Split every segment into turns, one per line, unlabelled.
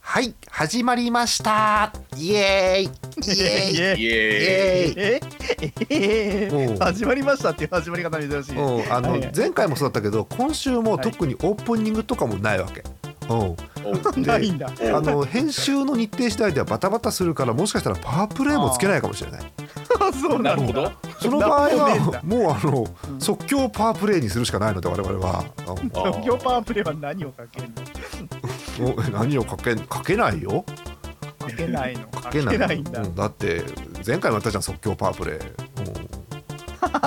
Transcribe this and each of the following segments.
はい始まりましたイエーイイエー イ
え
イ
イ
え
エーイ
エーイ
ええ
お
え
う
始まりましたっていう始まり方珍し い。
うん、あ
は
の
い
前回もそうだったけど今週も特にオープニングとかもないわけ、う
おう
ないんだ。
ん、あの編集の日程次第ではバタバタするからもしかしたらパワープレイもつけないかもしれない
そう
な
な
る
ん
ほ
だ
ど。
その場合
なんもねえん
は
だ
もうあの
ん
即興パワープレイにするしかないので我々は、うん
あー
東京パワープレイは何をかけるの
お何をかけかけないよ
かけないの。
か
か
け
け
ない
ないんだ
う。んだって前回もやったじゃん即興パワー プレイ、うんうん、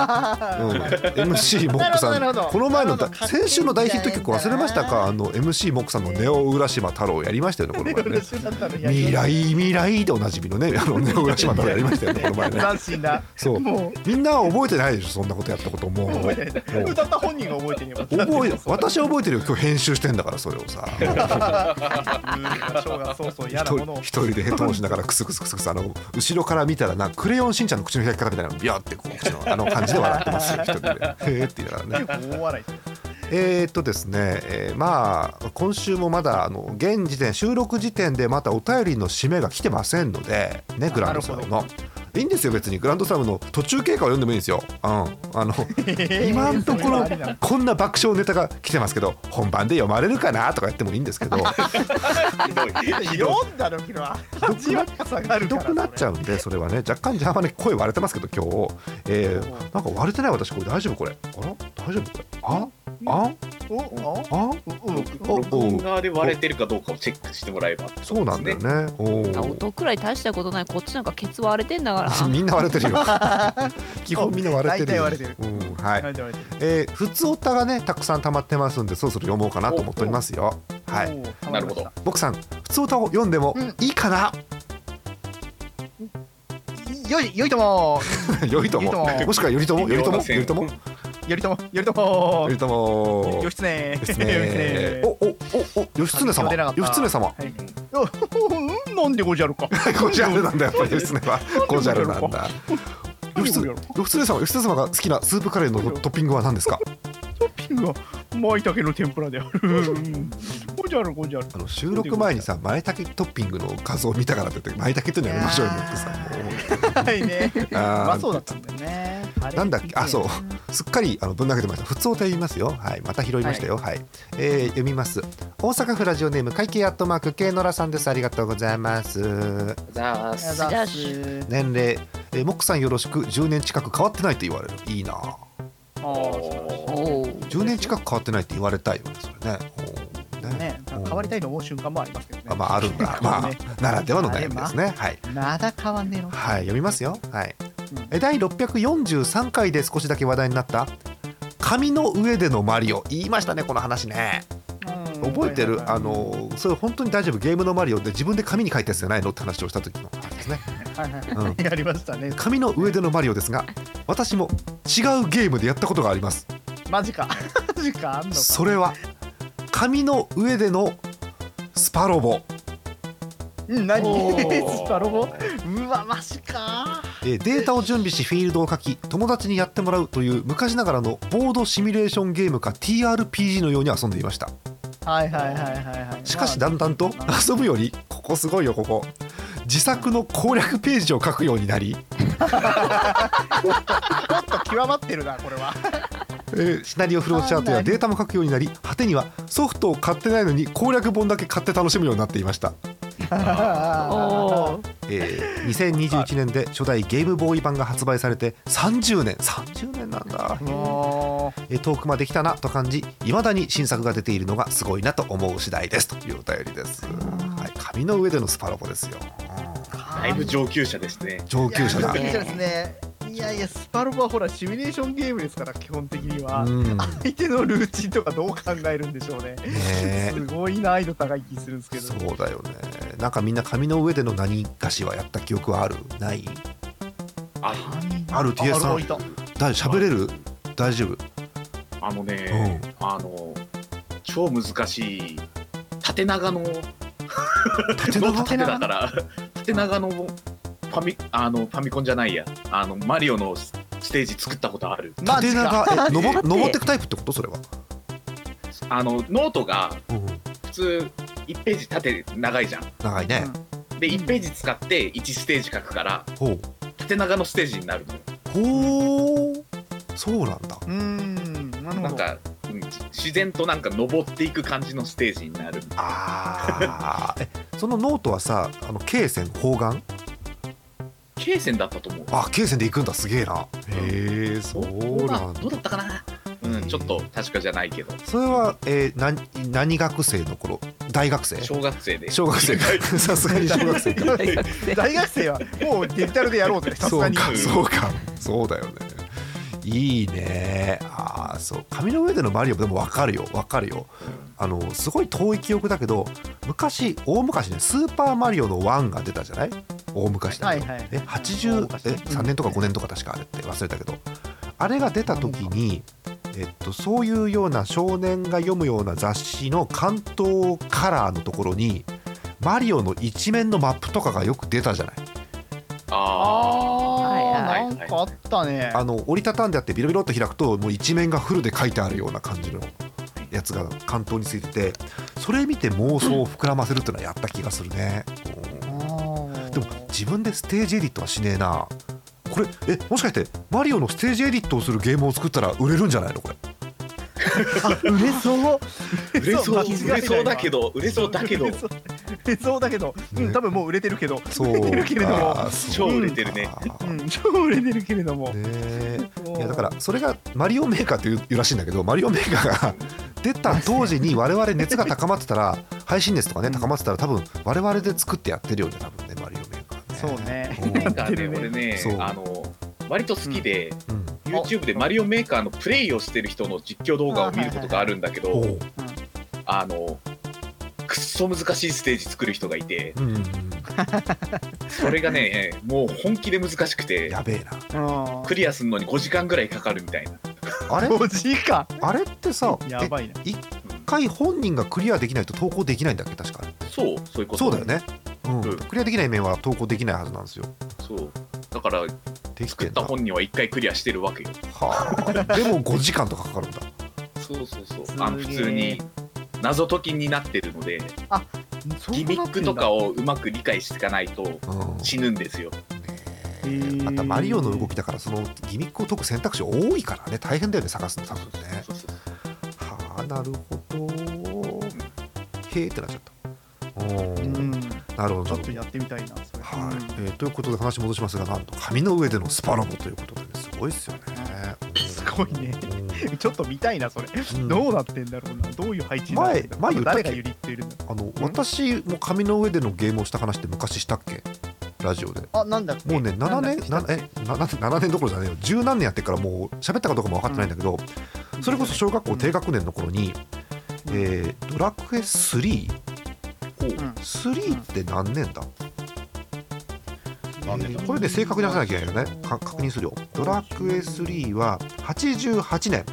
MC モックさ
なるほ
ん
どなるほど
この前の
なる
だ
ほど
先週の大ヒット曲忘れましたかあの MC モックさんの「ネオ浦島太郎」やりましたよねこの 前ね
嬉しいだったのやり
未
ま
来
す
未来でおなじみのねあのネオ浦島太郎やりましたよねこの 前ね
斬新な。
そう
も
みんなは覚えてないでしょそんなことやったこと もう
う
覚
覚え
え
てない。歌った本人が覚えてねえもん。
私は覚えてるよ今日編集してんだからそれをさ
正月早々
一
嫌なもの
人
を
一。人でヘッドホンしながらクスクスクスクスあの後ろから見たらなクレヨンしんちゃんの口の開き方みたいなのビャーってこう口のあの感じで笑ってます よ一人でへーって言いながらね
大笑い。
えーっとですね、えーまあ今週もまだあの現時点収録時点でまたお便りの締めが来てませんのでねグランドスラム
な
のいいんですよ別にグランドスラムの途中経過を読んでもいいんですよ、うん、あ の今のところこんな爆笑ネタが来てますけど本番で読まれるかなとかやってもいいん ですけど
ひどい
読んだの今は味わかさがある
ひ
か
ど
ら
くなっちゃうんでそれはね若干邪魔ね声割れてますけど今日、えーなんか割れてない私これ大丈夫これあら大丈夫これああ
それおあ
あ
うん
お
録音側で割れてるかどうかをチェックしてもらえばってこと
そうなんだよ
ですね。
ねおー
あ音くらい大したことないこっちなんかケツ割れてんだか ら
みんな割れてるよ。 基本みんな割れてるよ。
大体割れて
うん、はい。
なんで言われて
え
る
ー、普通オタがね、たくさん溜まってますんで、そろそろ読もうかなと思っておりますよ。はい。
おー
なるほど。
僕さん、普通オタを読んでも
うん
いいかな。
よい、よいとも、
よいとも。
よいとも
もしくはよりとも、よりとも、よりとも、
微妙な線
よりとも、よりとも
より。とも。
義経。
義 経お、お、お、お、義経様
あ出なか。った
義経様。
はい。お なんでごじゃるか。
ゴジャルなんだ、やっ ぱり義経 は。ゴジャルなんだ。義
な
経
んでゴジャル
義経様、義経様が好きなスープカレーのトトッピングは何 ですか。
トッピングは舞 茸の天ぷらである。ごじゃるごじゃる。
あの収録前にさ、舞茸トッピングの画像を見たからって言って、舞茸っていうのやめましょうよってさ、もう
はいね。う
あー
まそうだったんだよね。あれ
なんだっけ、あ、そう、すっかりあのぶん投げてました。普通お便り言いますよ。はい、また拾いましたよ。はい、えー読みます。大阪府ラジオネーム会計アットマーク系のらさんです。ありがとうございます。
ざー
ありが
す
とうございます
じ
年齢、えー、モックさんよろしく。10年近く変わってないと言われる。いいなあ。
あー
おう
10年近く変わってないって言われたいよね。それね。おー
ね、変わりたいと思う瞬間もありますけどね。
あ、まああるん だ。まあならではの悩みですね。はい。
まだ変わんねえの。
はい、読みますよ。はい
うん。
え、第643回で少しだけ話題になった。紙の上でのマリオ言いましたねこの話ね覚えてるあのそれ本当に大丈夫ゲームのマリオで自分で紙に書いたやつじゃないのって話をした時の話ですね、
はいはい
うん、
やりましたね。
紙の上でのマリオですが私も違うゲームでやったことがあります
マジか。 マジか。あんのか。
それは紙の上でのスパロボ
うん、
お
何。
ー
スパロボ。うわ、マジか。
えーデータを準備しフィールドを書き友達にやってもらうという昔ながらのボードシミュレーションゲームか TRPG のように遊んでいました
はいはいはいはいはい。
しかしだんだんと遊ぶよりここすごいよここ自作の攻略ページを書くようになり、
ちょっと極まってるな、これ は。
えーシナリオフローチャートやデータも書くようになり果てにはソフトを買ってないのに攻略本だけ買って楽しむようになっていました、
おう
えー2021年で初代ゲームボーイ版が発売されて30年30年なんだ、
も
えー遠くまで来たなと感じいまだに新作が出ているのがすごいなと思う次第ですというお便りです、はい、紙の上でのスパロボですようん
う
だいぶ上級者ですね。
上級者だ
いや上級者ですね。いやいや、スパロボはほら、シミュレーションゲームですから、基本的には。
うん
相手のルーチンとかどう考えるんでしょうね。
ね
すごい難易度高い気するんですけ
え、
ど。
そうだよね。なんかみんな紙の上での何かしはやった記憶はあるない
あ
ある TS さ
あ
ん
歩いた
だ喋れる大丈夫
あのね、あの超難しい縦長の
縦
の
長
縦だから縦長のファミあのファミコンじゃないやあのマリオのステージ作ったことある。
マジ
縦
か。
長えのぼ
だって
登ってくタイプってことそれは、
あのノートが
うんうん
普通1ページ縦長いじゃん
長いね、
で1ページ使って1ステージ書くから
ほう
縦長のステージになるのよ
ほうそうなんだ
うんなるほ
なん
ど
か、うん自然となんか登っていく感じのステージになる
あーえそのノートはさあの罫線方眼
罫線だったと思う
あ罫線で行くんだすげえなへえそうなんだ
どうだったかなうんちょっと確かじゃないけど
それは、えー、な何学生の頃大学生
小学生で
小学生さすがに小学生か
大学生
大学生はもうデジタルでやろうぜさす
そ
が
う
に
かそうかそうだよねいいねあーそう紙の上でのマリオもでも分かるよ分かるよあのすごい遠い記憶だけど昔大昔ね「スーパーマリオ」の1が出たじゃない大昔だけど、
はいはい
え
大
80
昔
え
ね
3年とか5年とか確かあれって忘れたけどあれが出た時に、えっと、そういうような少年が読むような雑誌の関東カラーのところにマリオの一面のマップとかがよく出たじゃない
あ
あ
はい
あ
はい
なんかあったね
あの折りたたんであってビロビロっと開くともう一面がフルで書いてあるような感じのやつが関東についててそれ見て妄想を膨らませるっていうのはやった気がするね、
あ
でも自分でステージエディットはしねえなこれえもしかしてマリオのステージエディットをするゲームを作ったら売れるんじゃないのこれ
売れそう
売れそう
間違い
売
ない
れそうだけど売れそうだけど
売れそう売れそう だけど、う
ね
ん、多分もう売れてるけど
そう
売れてるけれども、
かそう
超売れてるね
か
うん、超売れてるけれども、
ねえ
もう
いやだからそれがマリオメーカーといういうらしいんだけどマリオメーカーが出た当時に我々熱が高まってたら配信熱とかね
うん
高まってたら多分我々で作ってやってるよね多分ねマリオメーカーね
そうね
うん
なんか
やって
ね
るね
俺ね
そう
あの割と好きで、
うん
YouTube でマリオメーカーのプレイをしてる人の実況動画を見ることがあるんだけ
お
ど
う
あのくっそ難しいステージ作る人がいて
うんうん
それがねもう本気で難しく
うん
て
やべえな
うん
クリアするのに5時間ぐらいかかるみたいな
あ れ
5時間
あれってさえ
やばいな
一回本人がクリアできないと投稿できないんだっけ確か
そうそういうこと
そうだよねうん
うん
クリアできない面は投稿できないはずなんですよ
そうだから
でき
作
て
っ
ん
た
だ
本人は1回クリアしてるわけよ
はあでも5時間とかかかるんだ
そうそうそう
すげー
あの普通に謎解きになってるのでギミックとか
を
をうまく理解していかないと
うん
死ぬんですよ
またマリオの動きだからそのギミックを解く選択肢多いからね大変だよね探すの多分ね
そうそうそう
はあなるほどへえってなっちゃったお
う
ー
ん
なるほど
ちょ
なる
っと
ほど
やってみたいなそれ
はい
うん
えーということで話戻しますがなんと紙の上でのスパロボということでねすごいですよね
すごいね ちょっと見たいなそれ、
うん
どうなってんだろうなどういう配置になってんだろう
前前言ったっけ
誰がユニットいるんだろ
あの私も紙の上でのゲームをした話って昔したっけラジオで
うあなんだっけ
もうね7年
なんだっけ
なえなな7年どころじゃないよ十何年やってっからもう喋ったかどうかも分かってないんだけど、それこそ小学校低学年の頃に、
うん
えードラクエ 3?3
こう
うん
って何年だ、
何年
これで正確に出さなきゃいけないよねか確認するよドラクエ3は88年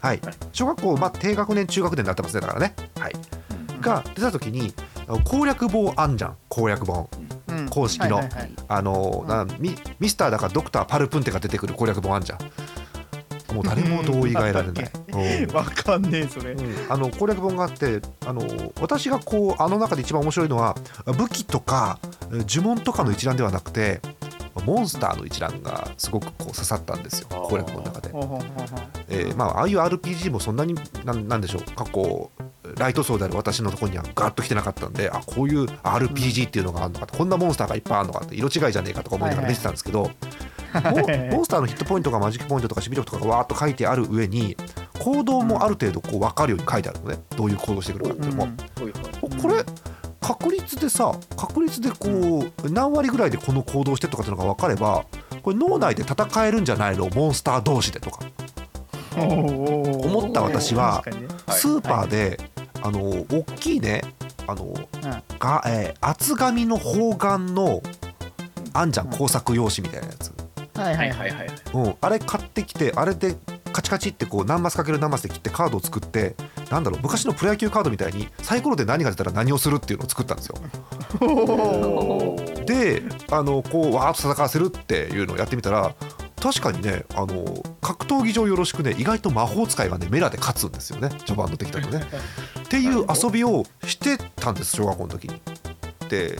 はい小学校、まあ、低学年中学年になってますねだからね、はい、が出た時にあの攻略本あんじゃん攻略本
うん
公式の
はいはいはい
あの
うん
なミミスターだかドクターパルプンテが出てくる攻略本あんじゃんもう誰も同意が得られないうん
わかんねえそれ
あの攻略本があってあの私がこうあの中で一番面白いのは武器とかえー呪文とかの一覧ではなくてモンスターの一覧がすごくこう刺さったんですよ
あー
攻略本の中で、
ほうほうほうほう
えーまあ、ああいう RPG もそんなになんなんでしょう過去ライト層である私のところにはガッと来てなかったんであこういう RPG っていうのがあるのかこんなモンスターがいっぱいあるのかって色違いじゃねえかとか思いながら出てたんですけど、 モンモンスターのヒットポイントとかマジックポイントとか守備力とかがわーっと書いてある上に行動もある程度こう分かるように書いてあるのねどういう行動してくるかっていうのも、
こういう感じ
これ確率でさ確率でこう何割ぐらいでこの行動してとかっていうのが分かればこれ脳内で戦えるんじゃないのモンスター同士でとか思
思
った私は
はい
スーパーで、あの大きいねあの、がえー厚紙の方眼のあんじゃん
うん
工作用紙みたいなやつ、
はい
は
はいい
は
はいい
はい
うん、あれ買ってきてあれでカチカチってこう何マスかける何マスで切ってカードを作ってなんだろう昔のプロ野球カードみたいにサイコロで何が出たら何をするっていうのを作ったんですよ
おー
おー
であのこうわーっと戦わせるっていうのをやってみたら確かにねあの格闘技上よろしくね意外と魔法使いがねメラで勝つんですよね序盤の敵だとね。っていう遊びをしてたんです小学校の時に。で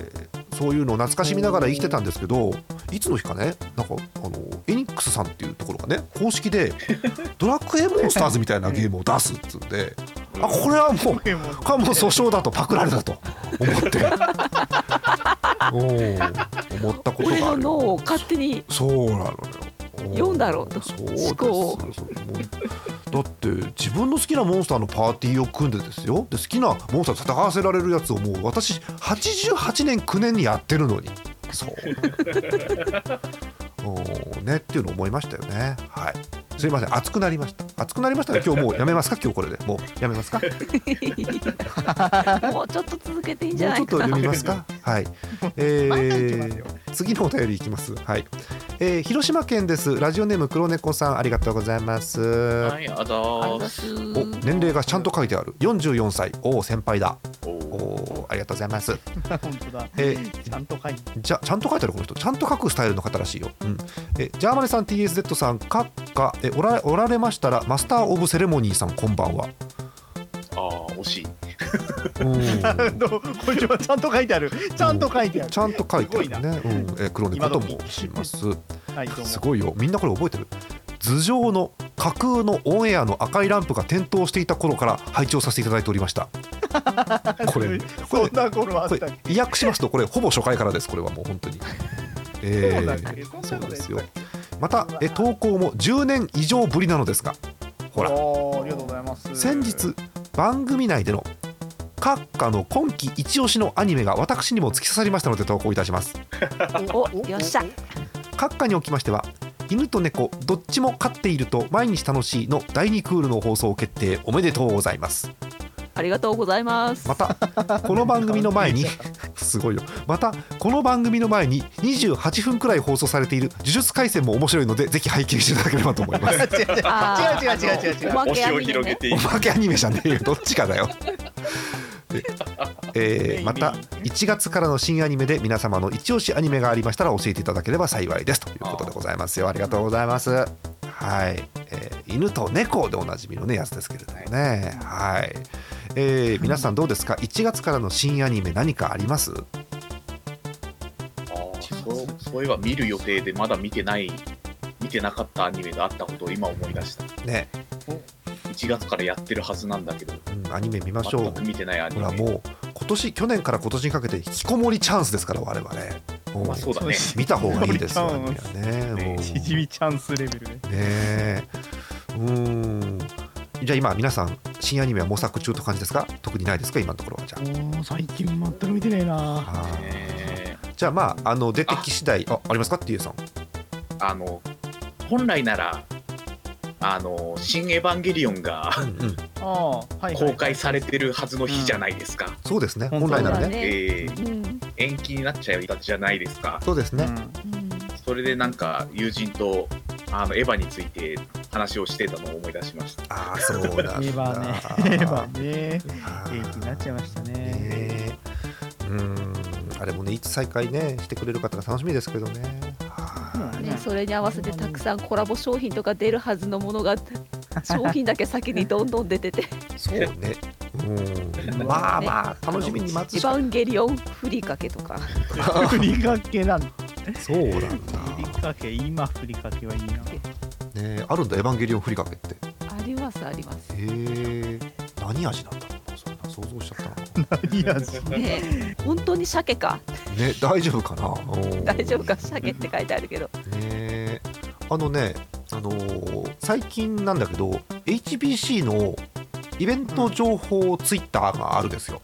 そういうのを懐かしみながら生きてたんですけどいつの日かねなんかあのエニックスさんっていうところがね公式で「ドラクエモンスターズ」みたいなゲームを出すっつうんであこれはもう
えもう
これはもう訴訟だとパクられたと思っておー思ったこと
俺
があ
の
る
脳を勝 手に
そうなのよ
読んだろうと
そうです
思考を
だって自分の好きなモンスターのパーティーを組んでですよで好きなモンスター戦わせられるやつをもう私88年9年にやってるのにそうおーねっていうのを思いましたよねはいすいません熱くなりました熱くなりましたね今日もうやめますか今日これでもうやめますか
もうちょっと続けていいんじゃ
もう
な
ちょ
い
っと
かな
読みますか。はい。え
まだ行きます
ー
よ、
次のお便りいきます。はい。えー、広島県です。ラジオネーム黒猫さん、ありがとうございます。
はい、あざ
ありがとうござい
ー。
ますす
お、年齢がちゃんと書いてある。44歳。おお、先輩だ。
お
お
ー
お、ありがとうございます。
本当だ
えー
ちゃんと書いて
じゃちゃんと書いてあるこの人ちゃんと書くスタイルの方らしいよ、うん、えジャーマネさん TSZ さんかっかえおらおられましたらマスター・オブ・セレモニーさんこんばんは
あー、惜しい。
うん
あのこっちはちゃんと書いてあるちゃんと書いてある
ちゃんと書いてあるね、うん、え黒猫ともします
はいどうも
すごいよみんなこれ覚えてる頭上の架空のオンエアの赤いランプが点灯していた頃から拝聴させていただいておりましたこれこれ
そんな頃はあっ
こ
た
れ
っけ
意訳しますとこれほぼ初回からですこれはもう本 当にえ
そうだっ
ー
けそんなこと
そうですよ
やっ
またえ投稿も10年以上ぶりなのですがほら
おーありがとうございます
先日番組内での閣下の今季一押しのアニメが私にも突き刺さりましたので投稿いたします
およっ しゃ
閣下におきましては犬と猫どっちも飼っていると毎日楽しいの第2クールの放送決定おめでとうございます
ありがとうございます
またこの番組の前にすごいよまたこの番組の前に28分くらい放送されている呪術廻戦も面白いのでぜひ拝見していただければと思いま
違う
す
違う
あー
違う違う違う違う違う
あのおま
推
けア
し
ニ
を
メ
広げ
ね
てい
お
る。
まけアニメじゃねえよどっちかだよでえーまた1月からの新アニメで皆様の一押しアニメがありましたら教えていただければ幸いですということでございますよありがとうございますはい、えー犬と猫でおなじみのねやつですけれどもねはい、えー皆さんどうですか1月からの新アニメ何かあります
あーそうそういえば見る予定でまだ見てない、見てなかったアニメがあったことを今思い出した。
ね、
1月からやってるはずなんだけど、
うん、アニメ見ましょ
全
う
く見てないアニ
ほ
メ。
らもう今年去年から今年にかけて引きこもりチャンスですから我々、うん
まあそうだね。
見た方がいいですよアニメはね
ね
うん
ちじみチャンスレベルね
ねえうーんじゃあ今皆さん新アニメは模索中と感じですか特にないですか今のところはじゃ
おー最近全く見てない
あ
な
は
え
いじゃあまああの出てき次第あありますかっていうさん
ーあの、本来なら、あの、新エヴァンゲリオンが
うんうん
ああはいはい
公開されてるはずの日じゃないですか。
そうですね本
本当
来な
だ
ら
そうだ
ね
えー
うん
延期になっちゃったじゃないですか。
そうですね
うん
うん
それでなんか友人とあのエヴァについて話をしてたのを思い出しました。
ああそうなんだ
エヴァね エヴァね元気になっちゃいましたね
ねえうーんあれもねいつ再開ねしてくれる方が楽しみですけどねは
ね、それに合わせてたくさんコラボ商品とか出るはずのものが商品だけ先にどんどん出てて
いそうね うんまあま あ楽しみに
「
待つ
エヴ
しか
ァンゲリオンふりかけ」とか
ふりかけなんだ
そうなんだ
ふりかけ今ふりかけはいいな
ねあるんだエヴァンゲリオンふりかけって
ありますあります
へえ何味なんだろうなそんな想像しちゃったな
いい味
ね本当に鮭か
ね大丈夫かなおー
大丈夫か鮭って書いてあるけど
ねあのねあのー最近なんだけど HBC のイベント情報ツイッターがあるですよ、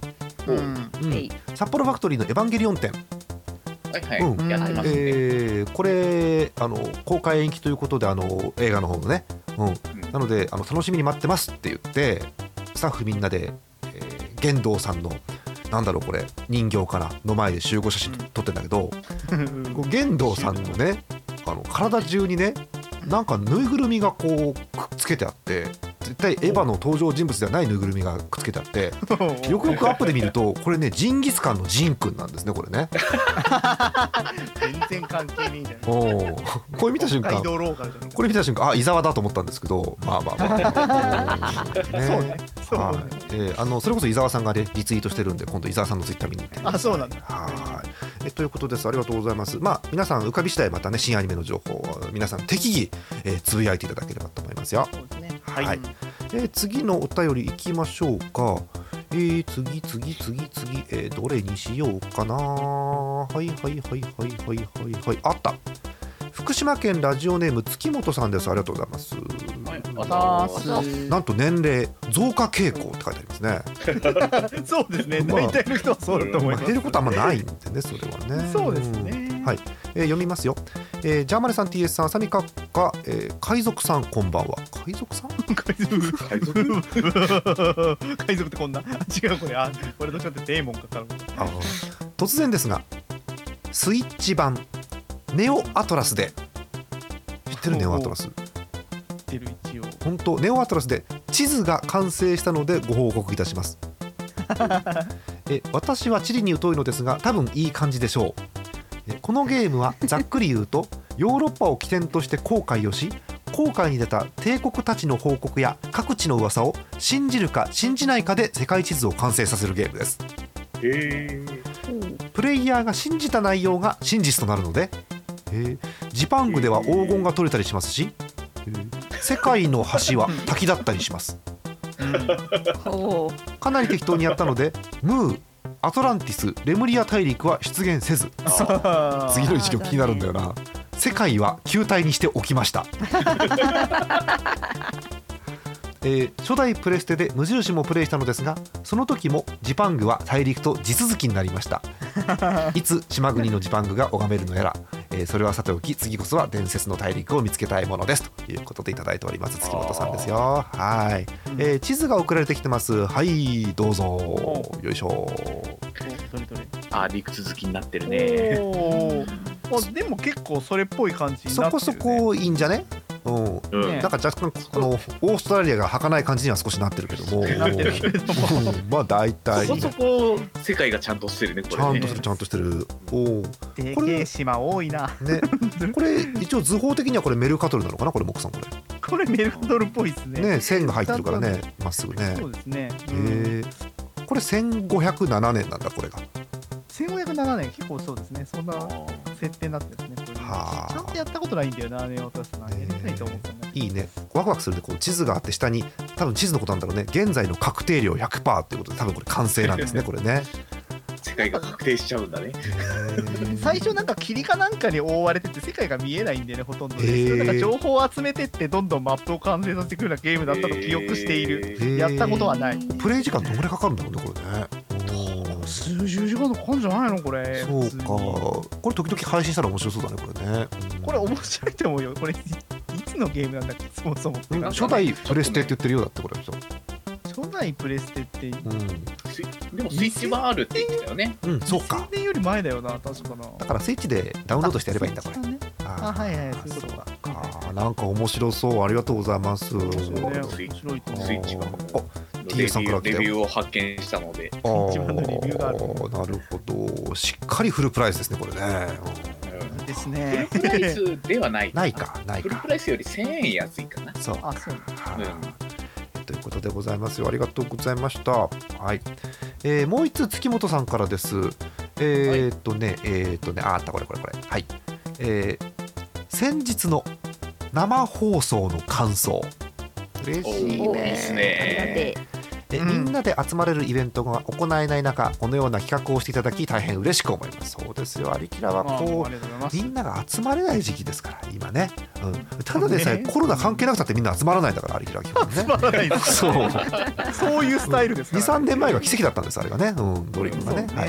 うん
うん
えい
札幌ファクトリーのエヴァンゲリオン展、
はいはい、
うん
やってますね。
えーこれあの公開延期ということであの映画の方のね、うん、
うん
なのであの楽しみに待ってますって言ってスタッフみんなで、えー、玄道さんのなんだろうこれ人形かなの前で集合写真と撮ってんだけど、こう玄道さんのねあの体中にねなんかぬいぐるみがこうくっつけてあってで絶対エヴァの登場人物ではないぬいぐるみがくっつけてあってよくよくアップで見るとこれねジンギスカンのジンくんなんですねこれね
全然関係ねえじゃん。
おーこれ見た瞬
北海
間
道ローカルじゃん。
これ見た瞬間あ伊沢だと思ったんですけどまあまあ まあうん
そうね。そう
は
ね。
い、えーあのそれこそ伊沢さんがねリツイートしてるんで今度伊沢さんのツイッター見に行って
あ、そうなんだ。
はいえということですありがとうございますまあ皆さん浮かび次第またね新アニメの情報を皆さん適宜、えーつぶやいていただければと思いますよ
そうですね。
はい、えー次のお便りいきましょうかえー、次次次次、えー、どれにしようかなはいはいはいはいはいはいはいあった福島県ラジオネーム月本さんですありがとうございます、
あ
あ
ー
なんと年齢増加傾向って書いてありますね
そうですね。
まあ
大体の人はそうだと思
ま
い
あ、
ます。
減ることあんまないんでね、それはね。
そうです
ん。
ね。
はいえー読みますよ。えージャーマネさん、TS さん、サミカッカ、えー海賊さん、こんばんは。海賊さん
海賊
海賊
海賊ってこんな違うこれあこれどっちかってデーモンかかる
突然ですが、スイッチ版、ネオアトラスで、知ってるネオアトラス。
ってる一応
本当ネオアトラスで地図が完成したのでご報告いたしますえ私は地理に疎いのですが多分いい感じでしょうえこのゲームはざっくり言うとヨーロッパを起点として航海をし航海に出た帝国たちの報告や各地の噂を信じるか信じないかで世界地図を完成させるゲームです
え
うん
プレイヤーが信じた内容が真実となるので、えージパングでは黄金が取れたりしますし、えー世界の橋は滝だったりします
おー
かなり適当にやったのでムーアトランティスレムリア大陸は出現せず次の一行気になるんだよな世界は球体にしておきましたえー初代プレステで無印もプレイしたのですがその時もジパングは大陸と地続きになりましたいつ島国のジパングが拝めるのやら、えーそれはさておき次こそは伝説の大陸を見つけたいものですということでいただいております月本さんですよはい、えー地図が送られてきてますはいどうぞよいしょ
どれどれ
ー、あー陸続きになってるね。
おーあでも結構それっぽい感じに
そ
なって
こ
るね
そこいいんじゃねうん
うん
ね
なんか若干このオーストラリアが儚い感じには少しなってるけども、
なってるけれども
うんまあ大体
そこそ
ち
こ世界がちゃんとしてるねこ
ゃ
れ
ん
ね
とするちゃんとしてる。おお、
で
これ
けえ島多いな
ね、これ一応図法的にはこれメルカトルなのかなこれ木さんこ
これメルカドルっぽいですね
れ。ね線が入ってるからねまっすぐね。
そうですね
へえ。これ1507年なんだこれが。
1507年結構そうですねそんな設定になってるんですねこれ
はあ
ちゃんとやったことないんだよなネオタスなんてやりたいと思ったんだけど
いいねワクワクするねこう地図があって下に多分地図のことなんだろうね現在の確定量100%っていうことで多分これ完成なんです ねこれね。
世界が確定しちゃうんだね
へえ
最初なんか霧かなんかに覆われてて世界が見えないんでねほとんどね、
へー
そういうなんか情報を集めてってどんどんマップを完成させていくようなゲームだったと記憶している、
へえ
やったことはない
プレイ時間どんぐらいかかるんだろうねこれね。おお。
数十時間のかんじゃないのこれ
そう
普通
か
に。
これ時々配信したら面白そうだね、これね。うん
これ面白いと思うよこれいつのゲームなんだっけそもそも
うん初代プレステって言ってるようだって、これ。そう
初代プレステって
う
スイでもスイッチはあるって言ってたよね
ん、うん、そうか
2000。年より前だよな確かな
だからスイッチでダウンロードしてやればいいんだ、これ
そ。うねあはいはいそういうことか
あーなんか面白そう、ありがとうございます。
そうね面
スイッチ
白いと思う
スイッチ版
あ
レビ
TS さんから
ュ
来
ー
た
レ
よ
ビューを発見したので、
あー
一番のレビューがある
なるほど、しっかりフルプライスですね、これね。
うん
です
フル
ね
プライスではない
うんないか、ない
フル
か
プ。ライスより1000円安いかな
そう。
あそう
はい
うん
ということでございますよありがとうございましたはい、えーもう一つ月本さんからですえーっとね、えーっとねああったこれこれこれはいえー先日の生放送の感想嬉しい
おーいいっすね
ありがてえ
え
うん
みんなで集まれるイベントが行えない中このような企画をしていただき大変嬉しく思いますそうですよアリキラはこ
あありがとうございま
うみ
す
んなが集まれない時期ですから今ね、うん、ただでさえ
ね
コロナ関係なくたってみんな集まらないんだからアリキラは基 本ね
つまらないです
そう
そういうスタイルですから
23年前が奇跡だったんですあれがね、うん、ドリームがね
そう
はい、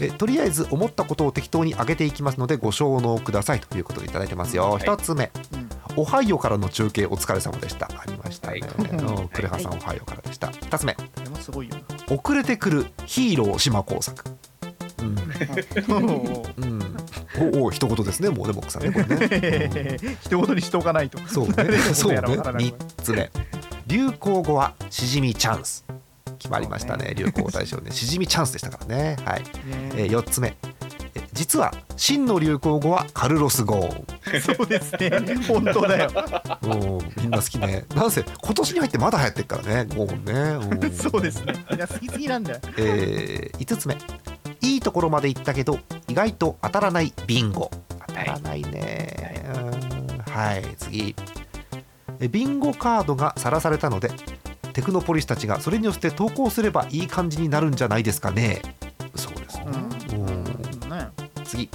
えとりあえず思ったことを適当に上げていきますのでご承納くださいということでいただいてますよ、
い
一つ目、
うん
オハイオからの中継お疲れ様でしたありましたね、
い
うんクレハさん、オハイオからでした2つ目
でもすごい よな。
遅れてくるヒーロー島工作うん、うん、おお一言ですねもうねモッ クさんねこれね、うん
一言にしておかないと。
そうね
誰が。
そう
こんな
ね。
やらわからない
三つ目。流行語はしじみチャンス決まりましたね流行語大賞ねしじみチャンスでしたからねはい、えー、4つ目え実は真の流行語はカルロス・ゴーン
そうですね。本当だよ。
おーみんな好き ね。なんせ今年に入ってまだ流行ってるからね、ゴーンね。 うん
そうですね。みんな好きすぎなんだよ。
えー、5つ目、いいところまで行ったけど、意外と当たらないビンゴ。当たらないね。うんはい、次。えビンゴカードが晒されたので、テクノポリスたちがそれによって投稿すればいい感じになるんじゃないですかね。そうですね。うん
うんね
次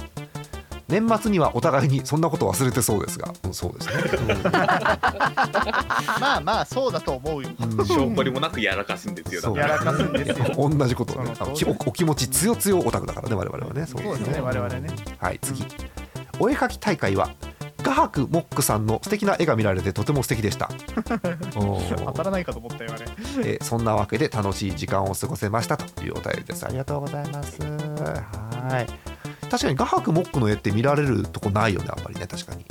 年末にはお互いにそんなこと忘れてそうですが、うん、そうですね、
まあまあそうだと思うよ。
うんうん
しょんぼりもなくやらかすんですよだ
そう
か
やらかすんです よ。
同じことをね
その通
あ
り
のきおお気持ち強強オタクだからね我々はねそう
そうですね我々ね
はい次お絵描き大会は画伯モックさんの素敵な絵が見られてとても素敵で したおー
当たらないかと思ったよあれ。
えーそんなわけで楽しい時間を過ごせましたというお便りですありがとうございますはい確かに画伯モックの絵って見られるとこないよねあんまりね確かに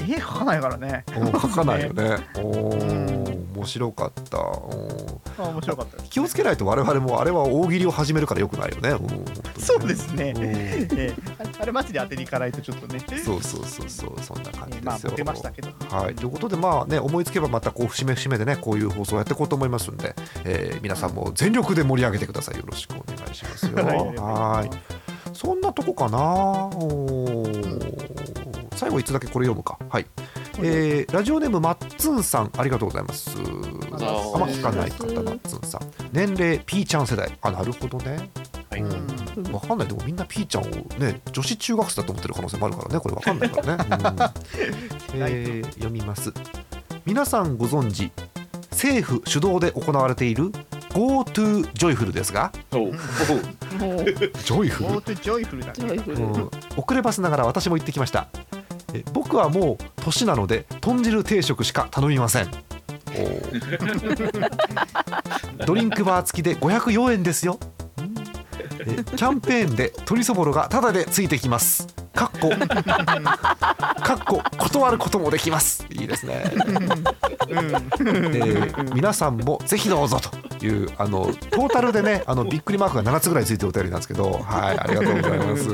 絵描かないからね。
おー描かないよねお
うん
ー面白かったおー
あ面白かったです。
気をつけないと我々もあれは大喜利を始めるからよくないよね。うん本当にね
そうですね
うん
ええあれマジで当てに行かないとちょっとね。
そうそうそうそうそんな感
え
じ
えま
で
あ
すよ。
出ましたけど。
はい、ということでまあね思いつけばまたこう節目節目でねこういう放送をやっていこうと思いますんで、えー皆さんも全力で盛り上げてくださいよろしくお願いしますよ。はいそんなとこかなおー最後一つだけこれ読むかはい、えーラジオネームマッツンさんありがとうございます
ざい
あ
ます
んま聞かない方マッツンさん年齢ピーちゃん世代あなるほどね
はい
うんわかんないでもみんなピーちゃんをね女子中学生だと思ってる可能性もあるからねこれわかんないから ね、うん
ない
えー読みます皆さんご存知政府主導で行われている GoTo ジョイフルですが
そう
もう
ジョイフ
ゴートジョイフルだ
ジョイ
ね。
フ
う
ル。
ん、遅ればせながら私も行ってきましたえ僕はもう年なので豚汁定食しか頼みませんおードリンクバー付きで504円ですようんえキャンペーンで鶏そぼろがタダでついてきますかっこかっこ断ることもできますいいですね、えー皆さんもぜひどうぞというあのトータルでねあのびっくりマークが7つぐらいついてるお便りなんですけどはいありがとうございます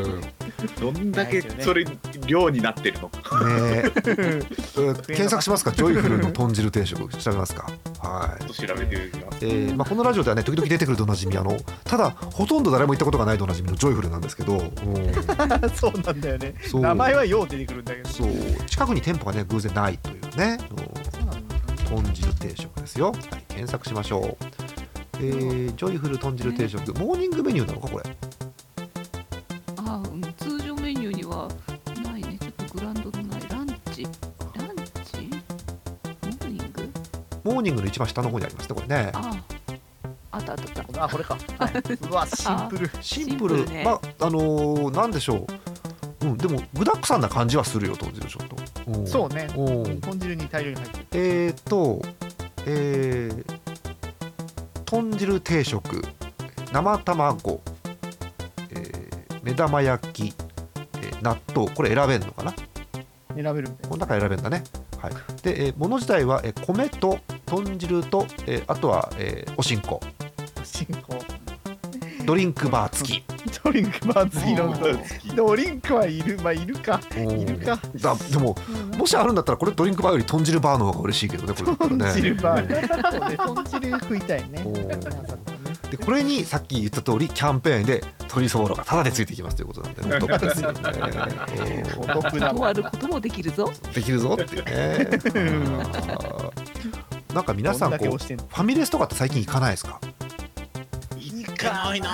どんだけそれ量になってるのか
ねえ検索しますか、ジョイフルの豚汁定食、調べますか。はい。
と調べてみます
えーまあ、このラジオではね時々出てくるとおなじみあのただほとんど誰も行ったことがないとおなじみのジョイフルなんですけど、うん
そうなんだよね。
そう
名前はよう出てくるんだけど。
そう近くに店舗がね偶然ないというね、うん豚汁定食ですよ、はい、検索しましょう、えージョイフル豚汁定食モーニングメニューなのかこれ
あうん通常メニューにはないねちょっとグランドのないランチランチモーニング
モーニングの一番下の方にありますねこれね
あああったあったあった
あこれか。はいうわシンプル。
シンプル
シンプルね
まああのーなんでしょう、うん、でも具だくさんな感じはするよ豚汁ちょっと、うん
そうね。
うん
豚汁に大量に入ってる。
えーとえー、豚汁定食生卵、えー目玉焼き、えー納豆これ選べるのかな
選べるみたい
この中選べるんだね、はい、で、えー、物自体は、えー米と豚汁と、えーあとは、えーおしんこ
な。進行。
ドリンクバー付き
ドリンクバー付きの
うん
ドリンクはいるまあいるかいるか
うんだでももしあるんだったらこれドリンクバーより豚汁バーの方が嬉しいけどねこれだったらね
豚汁バーそうね豚汁食いたいね
おー
まさかね
でこれにさっき言った通りキャンペーンで鶏そぼろがタダでついてきますということなんで お得ですよね
お
お
得だ
断
わ
ることもできるぞ
得できるぞっていうね
うん
あーなんか 皆さん
どだけ
こう
押
フ
してんの
ァミレスとかって最近行かないですか
いいかないな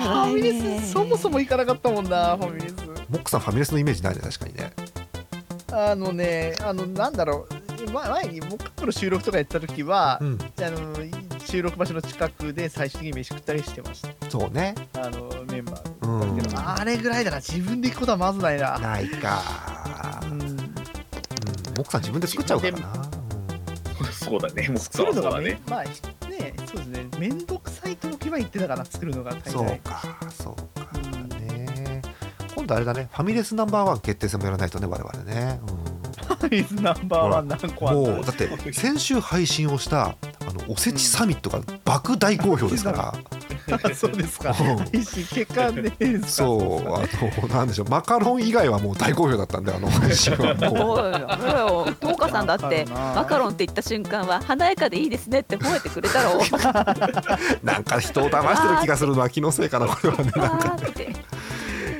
ファミレスそもそも行かなかったもんなファミレス
モックさんファミレスのイメージないね確かにね
あのねあのなんだろうま前に僕の収録とかやった時は
う、ん
あの収録場所の近くで最終的に飯食ったりしてました
そうね
あのメンバー
うん
でもあれぐらいだな自分で行くことはまずないな
ないか
う
うん
ん
モックさん自分で作っちゃうからな
そうだねもう
作
そう
るの
だ
がめ
ね
んまあねそうですね面倒くさいときは言ってたから作るのが
うん
大
そう
概
かそうか
うん
ね今度あれだねファミレスナンバーワン決定戦もやらないとね我々ね、うん
ファミレスナンバーワン何個あ
も
っ
うだって先週配信をしたのおせちサミットが莫大好評ですから、
そうですか
うん。
いいし、結果ねえですか。
そうあのなんでしょうマカロン以外はもう大好評だったんであの配信はも
おいおいおい東花さんだってマカロンって言った瞬間は華やかでいいですねって吠えてくれたろう
うなんか人を騙してる気がするのは気のせいかなこれはね
わーって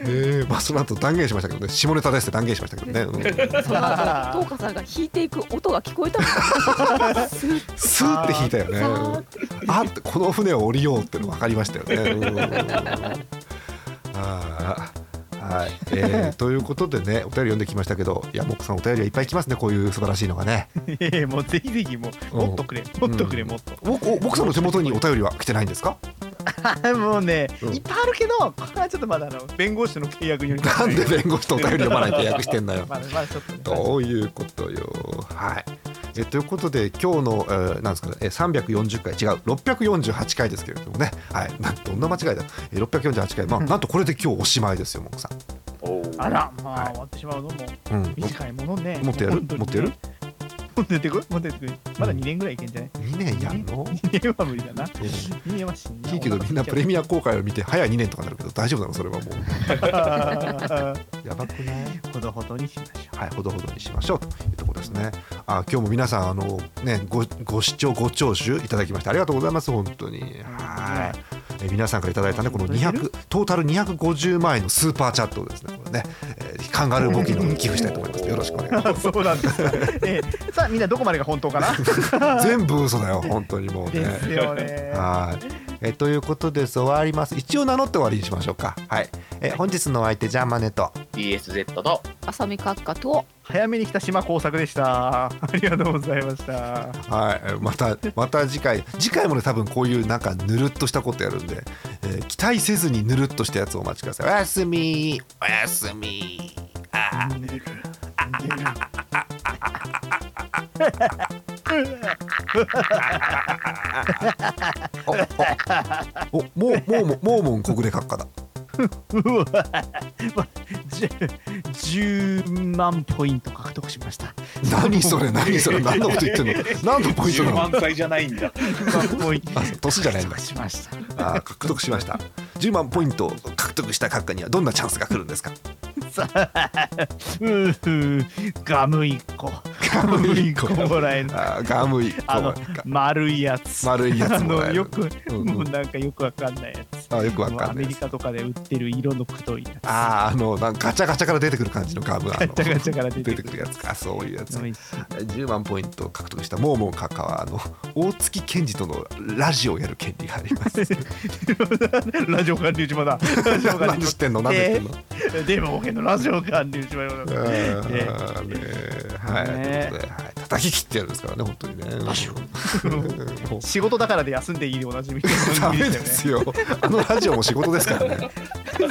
ねまあその後断言しましたけどね下ネタですって断言しましたけどね、うん
その後東花さんが弾いていく音が聞こえたのスーッ
スーって引いたよね
さーって
あってこの船を降りようっての分かりましたよ ね。うんあーはいえ ーということでねお便り読んできましたけどいやモックさんお便りはいっぱい来ますねこういう素晴らしいのがね。
いやいやもうぜひぜひもう
うん
もっとくれもっとくれ
うん
もっと。
おおモックさんの手元にお便りは来てないんですか
もうね
うん
いっぱいあるけどこれはちょっとまだあの弁護士の契約により
なんで弁護士とお便り読まないと契約してんだ よ。
まだまだちょっとね。
どういうことよ。はい。えということで今日の、えーなんですかね、えー340回違う648回ですけれどもね、はい、なんどんな間違いだ、えー、648回、まあ、なんとこれで今日おしまいですよモックさ
おー
あらま
は
あ
い
終わってしまうのも
ん。うん
短いものね。
持ってやる
本当に
持
ね
ってやる。
持ってってこい持ってってこい。まだ2年ぐらいいけんじゃない。
2年やんの
2年は無理だな。
い
2年はしんない
いけどみんなプレ
ミ
ミア公開を見て早2年とかになるけど大丈夫なのそれはもう
ア。
やばくない
ほどほどにしましょう。
はいほどほどにしましょうというところですねあ今日も皆さんあのねごご視聴ご聴取いただきましてありがとうございます本当にはいえ皆さんからいただいたねこの200トータル250万円のスーパーチャットをですねこれね、えーカンガルー募金に寄付したいと思いますよろしくお願いします
あ そうなんですか。ええさあみんなどこまでが本当かな。
全部嘘だよ本当にもうね
ですよね。
はい。えということで終わります。一応名乗って終わりにしましょうか。はい。え本日のお相手ジャーマネと。
DSZ と
浅見閣下と
早めに来た島工作でした。ありがとうございました。
はい。えまたまた次回次回もね多分こういうなんかぬるっとしたことやるんで、えー期待せずにぬるっとしたやつをお待ちください。おやすみおやすみ。あーおおもうもうもうもうもん国連閣下だ。
うわ、 まじゅ10万ポイント獲得し ました。
何それ何それ何のこと言ってんの。何のポイント
10
なの
万。回じゃないんだ。
10万ポイント
あそう年じゃないんだ
獲得しました。
あー獲得しました。10万ポイントを獲得した閣下にはどんなチャンスが来るんですか。
さあ、うーガム一個、ガ
ム一
一
個
個もらえる。
あーガム一個
あの
か
丸いやつ。
丸いやつもら
あ
え
の
る
よく、
うん
もうなんかよくわかんないやつ。
あよくわかんないやつ
もうアメリカとかで売ってる色のくどいやつ。
あああのなんかガチャガチャから出てくる感じのガムあの
ガチャガチャから出
出て
てくる
くるやつかそういうやつ
美味しい
10万ポイントを獲得したモーモンカカはあの大月健二とのラジオをやる権利があります
ラジオ管理島だ。ラジオ管
何
理
知ってんの何で知ってんの、
島。デーモン保険のラジオ管理島だ。えー
あーねーはい、
ねー
ということで、はい、叩き切ってやるんですからね本当にねもう
仕事だからで休んでいいでおなじみ。
ダメですよあのラジオも仕事ですからね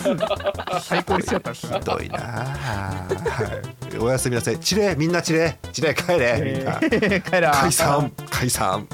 最高に好きだったんです
ひどいなあ、はい、おやすみなさいちれみんなちれちれ帰れみんな、
えー。帰ら。
解散解散